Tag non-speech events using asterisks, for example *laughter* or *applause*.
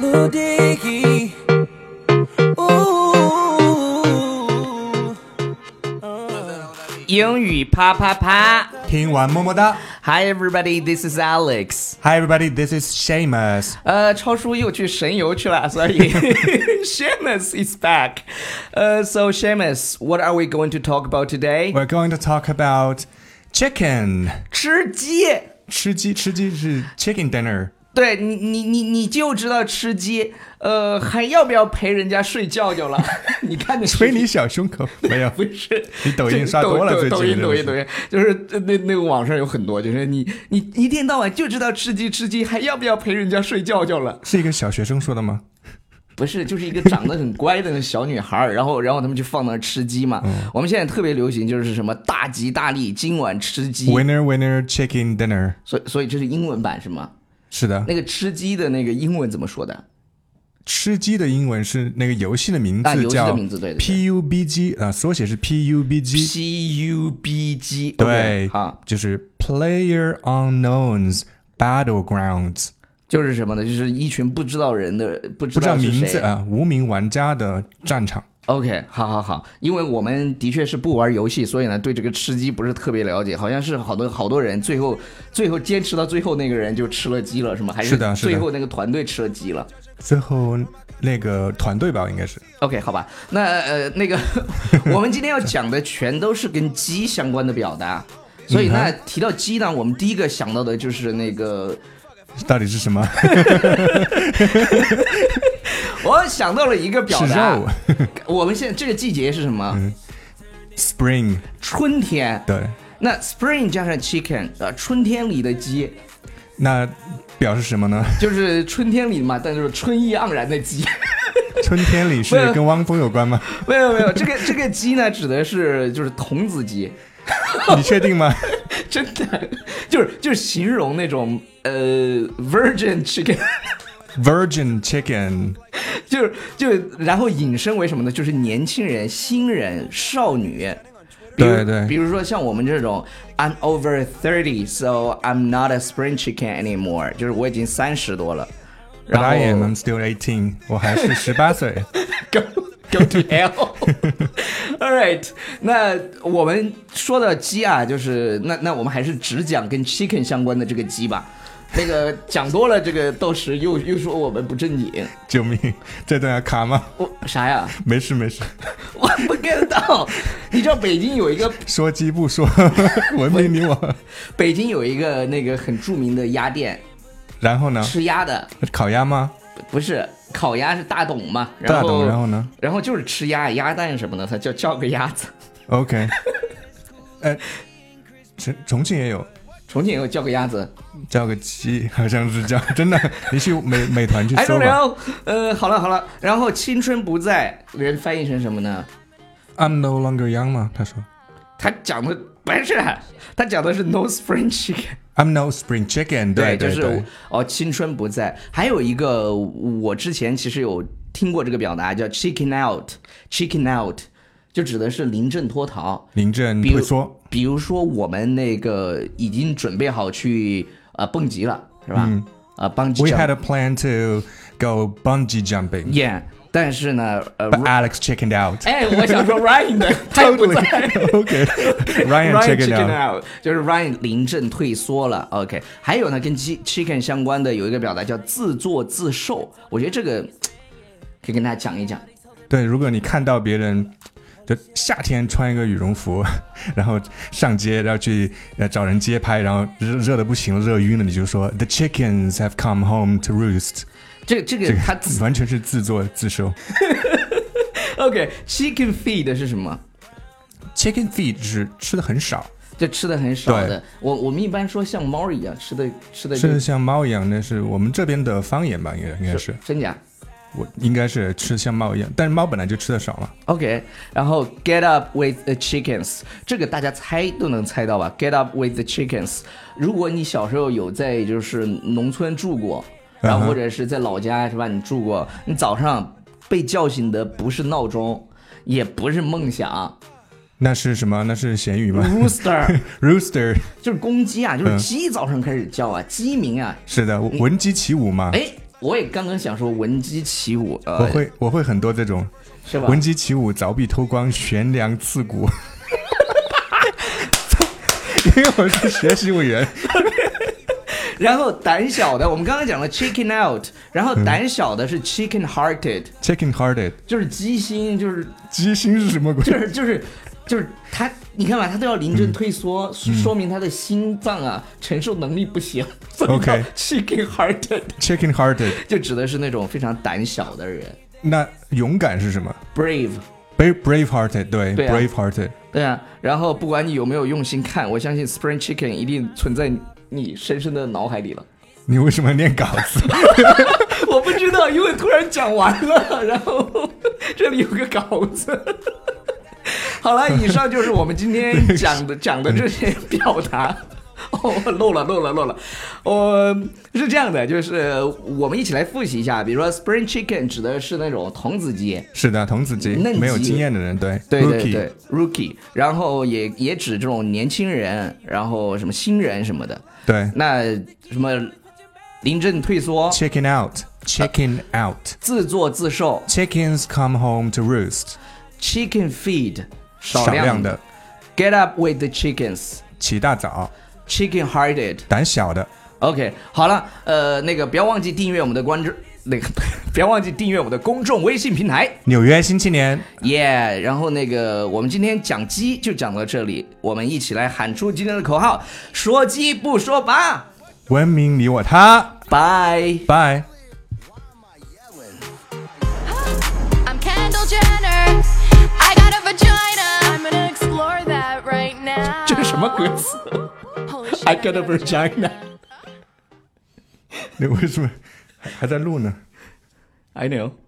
Ludighi. Ooh. 英语啪啪啪听完么么哒！Hi everybody, this is Alex。 ，Hi everybody, this is Shamus。呃，超叔又去神游去了，所 *laughs* 以 Shamus is back。呃、s o Shamus, what are we going to talk about today？ We're going to talk about chicken。吃鸡。吃鸡，吃鸡是 chicken dinner。对你，你你你就知道吃鸡，呃，还要不要陪人家睡觉觉 *laughs* 了？你看你捶你小胸口， *laughs* 没有，不是，你抖音刷多了抖最抖抖音近抖这音个抖音，就是呃那那个网上有很多，就是你你一天到晚就知道吃鸡吃鸡，还要不要陪人家睡觉觉了？是一个小学生说的吗？不是，就是一个长得很乖的那小女孩儿， *laughs* 然后然后他们就放那儿吃鸡嘛。嗯我们现在特别流行就是什么大吉大利，今晚吃鸡， Winner, winner, chicken dinner。所以所以这是英文版是吗？是的，那个吃鸡的那个英文怎么说的？吃鸡的英文是那个游戏的名啊游戏的字叫名字对对对 PUBG 啊，缩写是 PUBG。 P U B G，对啊，，就是 Player Unknowns Battlegrounds，就是什么呢？就是一群不知道人的，不知不知道道是名字谁。啊，无名玩家的战场。 OK，好好好，因为我们的确是不玩游戏，所以呢对这个吃鸡不是特别了解。好像是好多好多人最后最后坚持到最后那个人就吃了鸡了，是吗？还是的是的最后那个团队吃了鸡了。最后那个团队吧，应该是 OK，好吧，那呃，那 *laughs* 个我们今天要讲的全都是跟鸡相关的表达，嗯所以呢，提到鸡呢，我们第一个想到的就是那个，到底是什 *laughs* 么？我想到了一个表是达肉， *laughs* 我们现在这个季节是什么？ Spring，春天。对，那 spring 加上 chicken，呃，春天里的鸡那表示什么 *laughs* 呢？就是春天里嘛，但就是春意盎然的鸡。春天里是没有跟汪峰有关吗？ *laughs* 没有没有，这个这个鸡呢，指的是就是童子鸡。你确定 *laughs* 吗？真的，就是就是形容那种呃 virgin chicken， *laughs* Virgin Chicken，就是就是，然后引申为什么呢？就是年轻人、新人、少女。比如对对比如说像我们这种，I'm over thirty, so I'm not a spring chicken anymore，就是我已经三十多了。 ，But 然 I am 后 I'm still eighteen，我 *laughs* 还是十八岁。 go go to hell。All right，那我们说到鸡啊，就是那那我们还是只讲跟 chicken 相关的这个鸡吧。那个讲多了，这个到时又又说我们不正经，救命！这段要卡吗？我啥呀？ *laughs* 没事没事，我不 get 到。你知道北京有一个说鸡 *laughs* 不说，文明你我。北京有一个那个很著名的鸭店，然后呢？吃鸭的烤鸭吗？不是烤鸭是大董嘛，然大后董，然后呢然后就是吃鸭鸭蛋什么的，他叫叫个鸭子。 *laughs* ？OK，哎，重重庆也有。重庆也有叫个鸭子，叫个鸡，好像是叫，真的，你去美美团去 I 搜 don't 吧。 know，呃，好了好了，然后青春不在，人翻译成什么呢？ I'm no longer young 吗？他说他讲的不是，他讲的是 no spring chicken， I'm no spring chicken 对。对就是对哦，青春不在。还有一个，我之前其实有听过这个表达叫 chicken out，chicken out，就指的是临阵脱逃。临阵比如退缩，比如说我们那个已经准备好去呃蹦极了，是吧？啊、蹦极嗯 We had a plan to go bungee jumping, yeah，但是呢， *laughs* 呃 but Alex chickened out. *laughs* 哎，我想说 Ryan 的，他也不 *laughs* 在。 *laughs* OK, Ryan 啊 c h i c chickened k e out. n out，就是 Ryan 临阵退缩了。OK，还有呢，跟 chi- chicken 相关的有一个表达叫自作自受，我觉得这个嘖可以跟大家讲一讲。对，如果你看到别人。就夏天穿一个羽绒服， *laughs* 然后上街，然后去呃找人街拍，然后热热的不行了，热晕了，你就说 The chickens have come home to roost，这这个这个它 *laughs* 自完全是自作自受。 OK，chicken、feed 是什么？ Chicken feet 是吃的很少，就吃的很少对的。我我们一般说像猫一样吃的吃的吃就的像猫一样，那是我们这边的方言吧？应该应该是，真假我应该是吃像猫一样，但是猫本来就吃的少嘛。 ？OK，然后 get up with the chickens，这个大家猜都能猜到吧？get up with the chickens，如果你小时候有在就是农村住过，然嗯后哼或者是在老家是吧？你住过，你早上被叫醒的不是闹钟，也不是梦想那是什么？那是咸鱼吗嗯，rooster *laughs* ？Rooster 就是公鸡啊，就是嗯鸡早上开始叫啊，鸡鸣啊，是的，闻鸡起舞嘛。哎，我也刚刚想说闻鸡起舞，呃，我会我会很多这种是吧？闻鸡起舞、凿壁偷光、悬梁刺股。 *laughs* 因为我是学习委员，然后胆小的，我们刚刚讲了 chicken out，然嗯后胆小的是 chicken hearted，、 Chicken Hearted，就是鸡心，就是鸡心是什么鬼？就是就是就是他，你看吧，他都要临阵退缩，说说明他的心脏啊承受能力不行。所以 OK 叫 chicken hearted Chicken Hearted， *laughs* 就指的是那种非常胆小的人那勇敢是什么，brave。 ？Brave Brave Hearted，对对啊 b r a v e Hearted，对啊，然后不管你有没有用心看，我相信 spring chicken 一定存在你深深的脑海里了。你为什么念稿子？ *laughs* 我不知道，因为突然讲完了，然后 *laughs* 这里有个稿子。 *laughs* 好了，以上就是我们今天讲的讲的这些表达。 *laughs* 哦，漏了漏了漏了，我、是这样的，就是我们一起来复习一下，比如说 spring chicken 指的是那种童子鸡，是的，童子鸡嫩鸡，没有经验的人，对对对 Rookie 对，rookie，然后也也指这种年轻人，然后什么新人什么的，对那什么临阵退缩、 ，Chicken Out，Chicken Out。自作自受、 Chickens come home to roost， chicken feed 少少量的， get up with the chickens。起大早， Chicken hearted。胆小的， OK，好了，呃，那个不要忘记订阅我们的关注，那个 *laughs* 不要忘记订阅我们的公众微信平台，纽约新青年，耶、然后那个我们今天讲鸡就讲到这里，我们一起来喊出今天的口号：说鸡不说吧，文明你我他，拜。拜。 I'm Kendall Jenner. I got a vagina. I'm gonna explore that right now. 这是什么歌词 Holy shit, ？I I got a gotta- vagina. 你为什么还还在录呢？ I know.